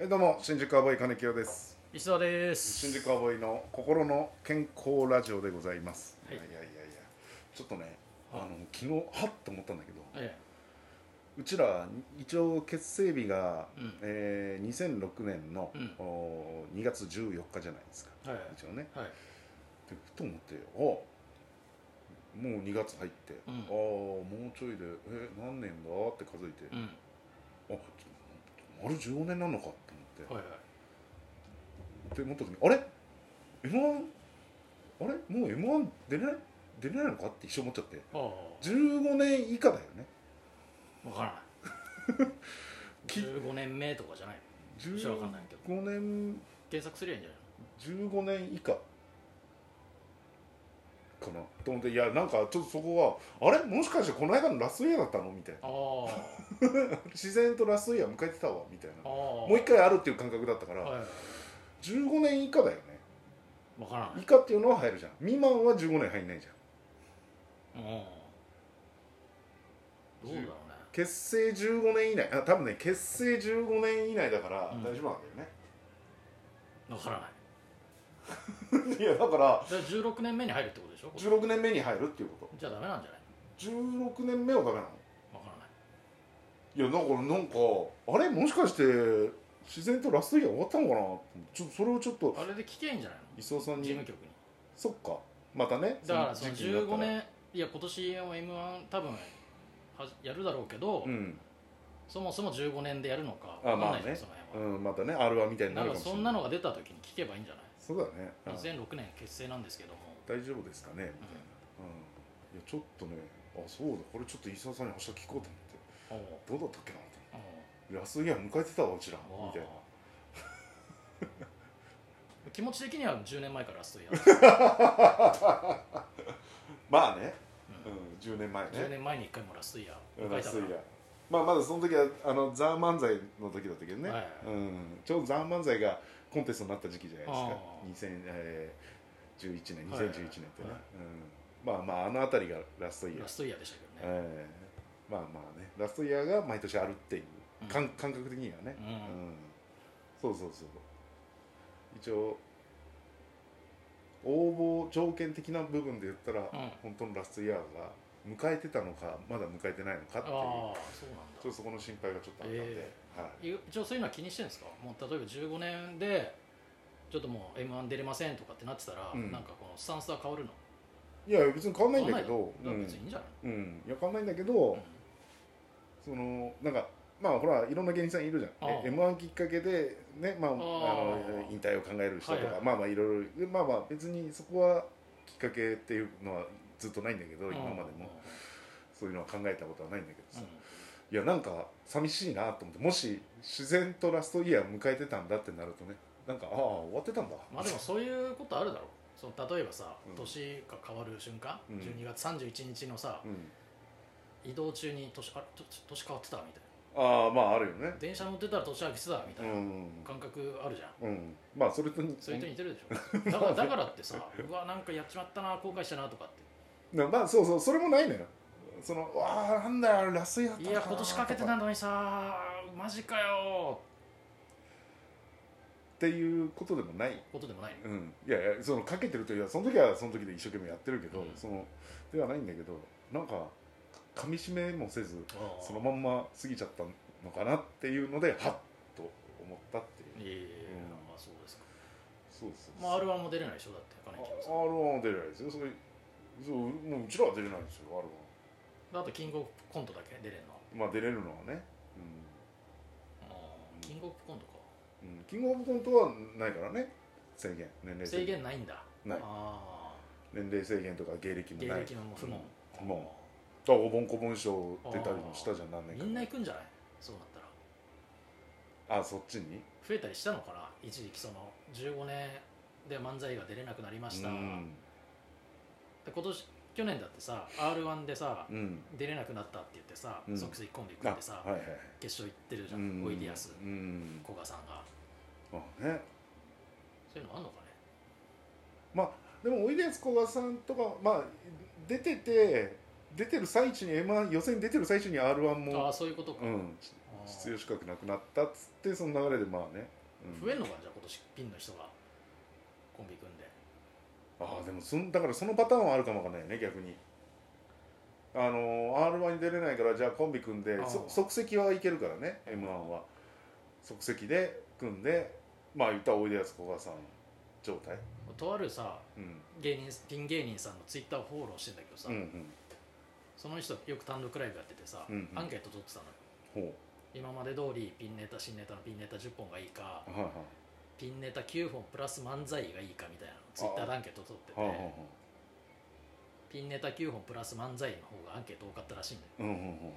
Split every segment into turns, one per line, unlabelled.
えどうも新宿アボイ金清です
石田です
新宿アボイの心の健康ラジオでございます、、
はいい
やいやいやちょっとねあ
はい
の昨日はっと思ったんだけど
え
うちら一応結成日が、
うん
えー2006年の、
うん
おー2月14日じゃないですか
えはい
一応ね
はい
でふと思ってあもう2月入って、
うん
ああもうちょいでえ何年だって数えて、
うん
あ丸15年なのかと思って
はいはい
って思った時にあれ M1 あれもう M1 出れない出れないのかって一瞬思っちゃって
あ
15年以下だよね
あ分からない
き
15年目とかじゃない知らわかんないけど
15年
検索すりゃいいんじゃ
15年以下かなと思っていやなんかちょっとそこはあれもしかしてこの間のラストイヤーだったのみたいな
ないのあ
自然とラストイヤー迎えてたわみたい
ああ
な
あ
も
も
う一回あるっていう感覚だったから
はいはい
15年以下だよね
分からな
以
い
下っていうのは入るじゃん未満は15年入んないじゃん
うんどうだろうね
結成15年以内あ多分ね結成15年以内だから
うん
大丈夫なんだよね、
分からない
いやだから
じゃあ16年目に入るってことでしょ
16年目に入るっていうこと
じゃあダメなんじゃない
16年目はダメなの
分からない
いやだからなんかあれもしかして自然とラストイヤー終わったのかなちょっとそれをちょっと
あれで聞けんじゃないの
磯尾さん
事
に
務局に
そっかまたね
だからその
時期になった
15年いや今年も m 1多分はじやるだろうけど、
うん、
そもそも15年でやるのか
あ
分かん
まあ
ないじゃん
ね
その辺は、
うん、またね r 1みたいにな
なん
る
か
かもしれ
そ
ない
んなのが出た時に聞けばいいんじゃない
そうだねあ
2006年結成なんですけども
大丈夫ですかねみたいな、うんいやちょっとねあそうだこれちょっと磯尾さんに明日聞こうと思って
おう
どうだったっけなと思って
おう
ラスイヤー迎えてたわうちら
おう
みたいな
気持ち的には10年前からラストイヤー
まあね、
う
うん、10年前
10
ね
年前に1回もラストイヤー迎
ラ
えた
ス
か
イヤ
ら
ーまあまだその時はあのザ・漫才の時だったけどね、
はい
うん、ちょうどザ・漫才がコンテストになった時期じゃないですか
あ
2000えー11年2011
はいはいはい
年ってね、
はい
うん、まあまああの辺りがラストイヤー
ラストイヤーでしたけどね、
えーまあまあねラストイヤーが毎年あるっていう、感感覚的にはね、
うん
そうそうそう一応応募条件的な部分で言ったら、
ん
本当のラストイヤーが迎えてたのかまだ迎えてないのかっていう
ああ
ちょ
そ
っとそこの心配がちょっとあったんで、
え
はいう
なんだ一応そういうのは気にしてるんですかもう例えば15年でちょっともう m 1出れませんとかってなってたら、
うん
なんかこのスタンスは変わるの
いや別に変わんないんだけど
変わんないのだから別にいいんじゃない
うん、うん、いや変わんないんだけど、
の、
そのなんかまあほらいろんな芸人さんいるじゃん
ああ
m 1きっかけでねまああ
ああ
の引退を考える人とか、
はいはい
まあまあいろいろでまあまあ別にそこはきっかけっていうのはずっとないんだけど
うん
今まで
うん
もそういうのは考えたことはないんだけどさ、いやなんか寂しいなと思ってもし自然とラストイヤー迎えてたんだってなるとねなんかああ終わってたんだ
まあでもそういうことあるだろうその例えばさ
うん
年が変わる瞬間、
うん
12月31日のさ
うん、
移動中に年あれちょちょ年変わってたみたい
ああまああるよね
な電車乗ってたら年明けてたみた
う、
いなん感覚あるじゃん、
うん、まあそれとに
それと似てるでしょだからだからってさ うわなんかやっちまったな後悔したなとかっ
なまあそうそうそれもないのよそのわあなんだよあれラスイヤーだった
て
の
いや今年かけてた
っ
のにさマジかよ
ていうことでもない
ことでもないの
うんいやいやそのかけてるというかその時はその時で一生懸命やってるけど、
うん
そのではないんだけどなんかかみしめもせず
ああ
そのまんま過ぎちゃったのかなっていうのではっと思ったっていう
いやいやいや
うん
まあそうですか、
そうそうそう
まあ、r 1も出れないでしょだって金木さん
R1 は出れないですよそれそうもううちらは出れないですよ R1
あとキングオブコントだけ出れるの
まあ出れるのはね、
うんキングオブコントか
うんうん、キングオブコントはないからね制限年齢
制限ないんだ
ない
ああ
年齢制限とか芸歴も
芸
ない
歴の不問
不問だからお盆こぼん賞出たりもしたじゃん何年
み
か
んな行くんじゃないそうなったら
あそっちに
増えたりしたのかな一時期その15年で漫才が出れなくなりました、
うん、
で今年去年だってさ r 1でさ、
うん、出
出れなくなったって言ってさ、
うん
即席コンビ組
あ
んでさ、
はいはい
決勝行ってるじゃん、
うん
おいでやす
うん
古賀さんが
まあね
そういうのあんのかね
でもおいでやすこがさんとかまあ出てて出てる最中に m 1予選出てる最中に r 1
ああ
も
そういうことか、
うん
あー
出場資格なくなったっつってその流れでまあね、うん
増えんのかなじゃあ今年ピンの人がコンビ組んで
ああでもそんだからそのパターンはあるかもわかんないよね逆にあの r 1に出れないからじゃあコンビ組んで
ああ
そ即席はいけるからね m 1は即席で組んでまあ言ったらおいでやすこがさん状態、
とあるさ
うん、
芸人ピン芸人さんのツイッターをフォローしてんだけどさ、
うんうん
その人よく単独ライブやっててさ、
うんうん
アンケート取ってたのよ
ほ
今まで通りピンネタ新ネタのピンネタ10本がいいか
うはいはい
ピンネタ9本プラス漫才がいいかみたいなのツイッターでアンケート取ってて、
はあはあは
ピンネタ9本プラス漫才の方がアンケート多かったらしいのよ
あうんうんうん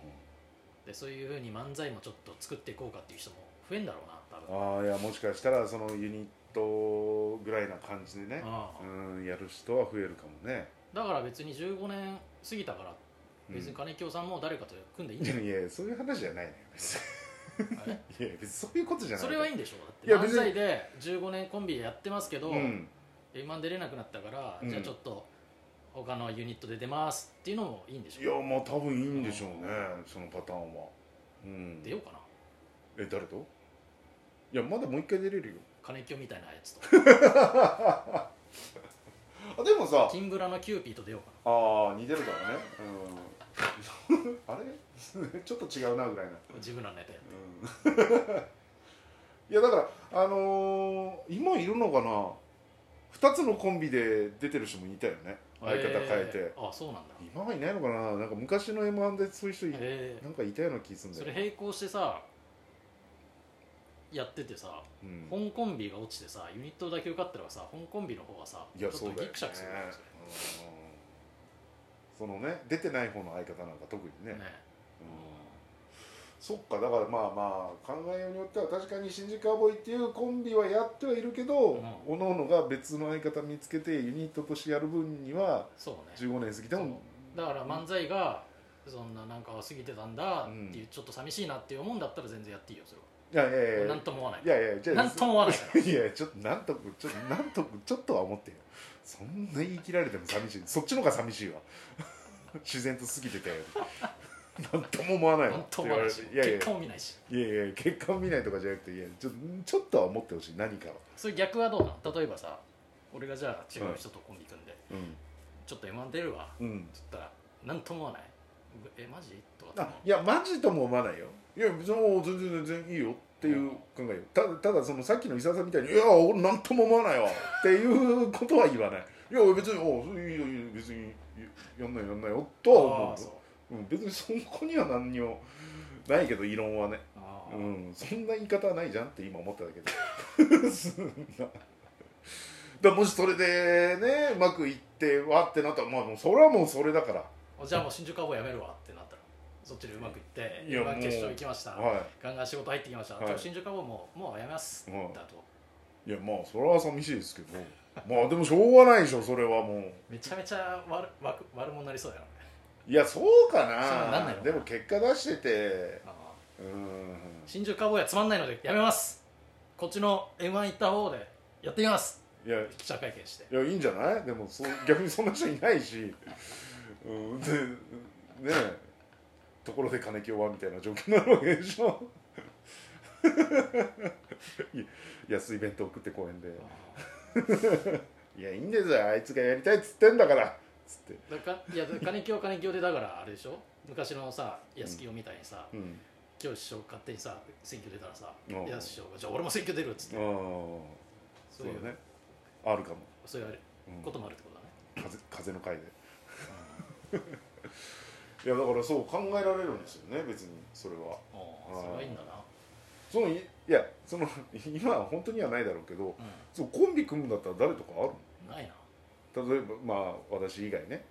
でそういうふうに漫才もちょっと作っていこうかっていう人も増えんだろうな多
うんあ
分
あいやもしかしたらそのユニットぐらいな感じでね
ああ
うんやる人は増えるかもね
だから別に15年過ぎたから
うん
別に金清さんも誰かと組んでいいん
い
じゃ
や
ない
いやそういう話じゃないね別
あれ
にいや別にそういうことじゃない
それはいいんでしょだって
いや別
漫
に
才で15年コンビやってますけど、
うん、
M−1 出れなくなったから、
うん
じゃあちょっと他のユニットで出ますっていうのもいいんでし
いや
ょ
まあ多分いいんでしょうねそのパターンはうん
出ようかな
え誰といやまだもう一回出れるよ
金清みたいなやつと
あでもさ
金ブラのキューピーと出ようか
ああ似てるからねうん あれ ちょっと違うなぐらいな
な自分らのネタやって
うん いやだからあのー今いるのかな2つのコンビで出てる人もいたよね相方変えて、
ーあそうなんだ
今はいないのかななんか昔の m 1でそういう人い、
え
なんかいたような気するん
ー
だ
そ
よ
れ並行してさやっててさ
うん
本コンビが落ちてさユニットだけ受かったらさ本コンビの方がさ
い
ちょ
や
っと
そうだよ、
ギ
ね
クシャクするよね
うんそのね出てない方の相方なんか特に
そ
ね
れね
うんそっかだからまあまあ考えようによっては確かに新宿アボイっていうコンビはやってはいるけど、
うん
各々が別の相方見つけてユニットとしてやる分には
そうね
15年過ぎても
だから漫才がそんななんか過ぎてたんだっていう、
うん
ちょっと寂しいなって思うんだったら全然やっていいよそれ
いやいやい
は、
や
なんとも思わない
いやいやじゃあ
なんとも思わないから
いやちょっとなんとかちょっとなんとかちょっとは思ってよそんな言い切られても寂しいそっちの方が寂しいわ 自然と過ぎてたよりなんとも思わないわ
本当もあるし
って言われ
結
て
果も見ないし
いやいやいやいや結果を見ないとかじゃなくていやちょちょっとは思ってほしい何かは、
それ逆はどうなの例えばさ俺がじゃあ違う人とコンビ組んで、
う
ちょっと M−1 出るわ
んうん
って言ったらなんとも思わないえマジとかって
あ
思う
いやマジとも思わないよいや別にもう全然全然いいよっていう考えよただただそのさっきの伊沢さんみたいに「いや俺なんとも思わないわ」っていう ことは言わないいや別に「おういいよいいよ別にやんないやんないよ」とは思
あー
う
そう
ようん、別にそこには何にもないけど異論はね、
あー
うん、そんな言い方はないじゃんって今思っただけで そんなだからもしそれでねうまくいってわってなったらまあもうそれはもうそれだから
おじゃあもう新宿アボやめるわってなったらそっちでうまくいって
いや
今
もう
決勝行きました
は
ガンガン仕事入ってきました、
はい
じゃあ新宿アボもうもうやめま
う
す、
ん
だと
いいやまあそれは寂しいですけどまあでもしょうがないでしょそれはもう
めちゃめちゃ悪悪悪者になりそうだよね
いやそうか
そう
な
なんないの
でも結果出してて
あー
うん
新宿アボやつまんないのでやめますこっちの M−1 行った方でやってみます
いや
記者会見して
いやいいんじゃないでもそう逆にそんな人いないし、うん、でねえところで金清はみたいな状況なわけでしょい安い弁当食って公園で「いやいいんですよあいつがやりたいっつってんだから」っつって、
だかいや金京金京でだからあれでしょ昔のさ安清みたいにさ、
うん、
清志師匠勝手にさ選挙出たらさ
うん
安師匠が「じゃあ俺も選挙出る」っつって
ああ
そ
そうう
いう
だねあるかも、
そういう
うん
こともあるってことだね
風風の回でいやだからそう考えられるんですよね別にそれは
ああそれはいいんだな
そのいいやその今は本当にはないだろうけど
う
そうコンビ組むんだったら誰とかある
んないな
の例えばまあ私以外ね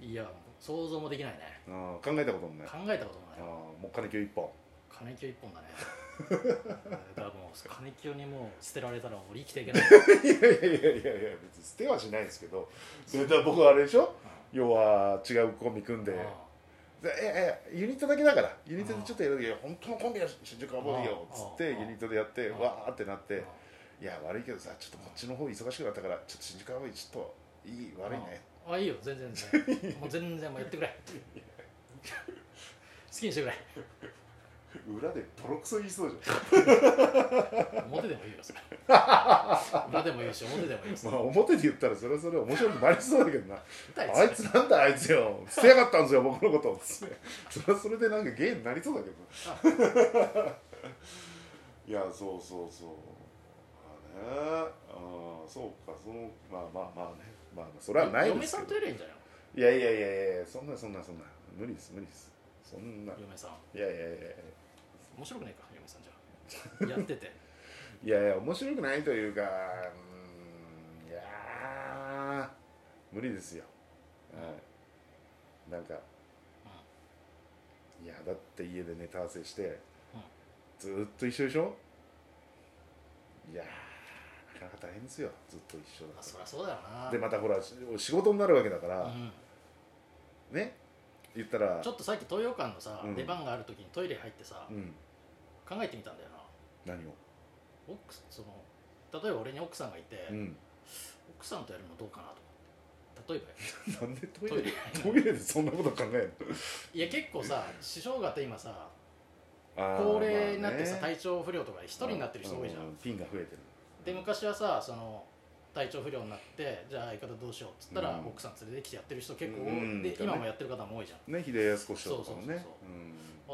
いやもう想像もできないね
あー考えたこともないあ
考えたこともな
あ
い
ー
わ
もう金清一本
金清一本だねだからもう金清にもう捨てられたらもう俺生きていけない、
いやいやいやいやいや別に捨てはしないですけどそれと僕はあれでしょ要は違うコンビ組んで
うん
でええユニットだけだからユニットでちょっとやるけど本当のコンビは新宿はもういいよ
あ
っつ
ー
ってユ
あー
ニットでやって
あー
わーってなって
うん
いや悪いけどさちょっとこっちの方忙しくなったからちょっと新宿はもういいちょっといい悪いね
ああいいよ全 然全然もう全然もうやってくれ好きにしてくれ
裏でボロクソ言いそうじ
表でもいいよそれ裏でもいいし表でもいいよ
ゃ
そ
ん ま
れ
あ表で言ったらそれはそれ面白くなりそうだけどな
痛いっす
あいつなんだあいつよ捨てやがったんですよ僕のこと つってそれはそれでなんかゲイになりそうだけど いやそうそうそうまあねああそうかそのまあまあまあねまあまあそれはない
嫁
で
さ
す
ん
け
と
ど
やりゃいいんじゃない
いやいやいやいやそんなそんなそんな無理です無理ですそんな
の嫁さん
いやいやいやいや
面白くないか嫁さんじゃやってて
いやいや面白くないというかうーんいやー無理ですよ、はい、なんか、いやだって家でネタ合わせして、
うん
ずーっと一緒でしょいやーなかなか大変ですよずっと一緒
ま
だ
あ
と
そりゃそうだよな
でまたほらし仕事になるわけだか
う
ら、
ん
ね言ったら
ちょっとさっき東洋館のさ、
うん
出番がある時にトイレ入ってさ、
うん
考えてみたんだよな
何を、
奥その例えば俺に奥さんがいて、
うん、
奥さんとやるのどうかなと思って例えば
な
よ
んでトイレ
ト
トイレでそんなこと考える
いや結構さ師匠方今さ
の
高齢になってさ、
体
体調不良とかで一人になってる人多いじゃん、
ピンが増えてる
で昔はさその体調不良になってじゃあ相方どうしようっつったら、
うん
奥さん連れてきてやってる人結構多い、
うん
で
だね
今もやってる方も多いじゃん
ね、秀康子師匠とかもね
そうそう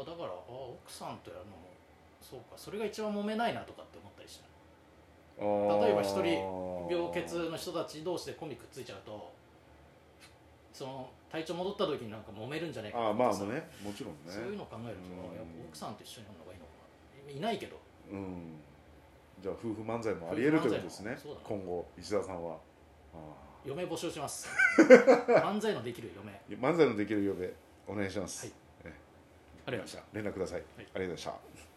そうあだからあ奥さんとやるのもそうかそれが一番揉めないなとかって思ったりした
うん
例えば一
人
病欠の人たち同士でコミックついちゃうとその体調戻った時になんか揉めるんじゃないか
ああ
な
まあ
とかさ
ねもちろんね
そういうのを考えると、
うん
やっぱ奥さんと一緒にやるのがいいのかないないけど
うんじゃあ夫婦漫才もありえるということですね
夫婦漫才もそうだね
今後石田さんはああ
嫁募集します 漫才のできる嫁
漫才のできる呼べお願いします、
はい
え
ありがとうございました
連絡ください、
はい
ありがとうございました